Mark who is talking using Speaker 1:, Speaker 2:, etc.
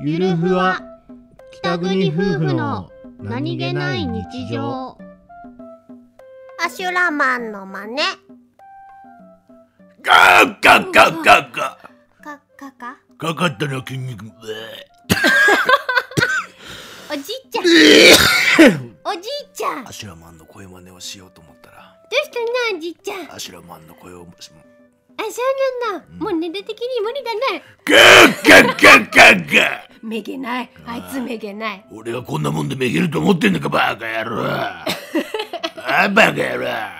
Speaker 1: ゆるふわ北国夫婦の何気ない日常
Speaker 2: アシュラマンの真似
Speaker 3: ガーガーガーガーガ
Speaker 2: かかか
Speaker 3: ーかかったな筋肉う
Speaker 2: おじいちゃん
Speaker 3: え
Speaker 2: おじいちゃんど
Speaker 3: アシュラマンの声真似をしようと思ったら
Speaker 2: うしたなおじいちゃんあ
Speaker 3: アシュラマンの声をし
Speaker 2: そうなんだもうネタ的に無理だな
Speaker 3: ガーガーガーガーガー
Speaker 2: めげないあいつめげない
Speaker 3: 俺がこんなもんでめげると思ってんのかバカ野郎あバカ野郎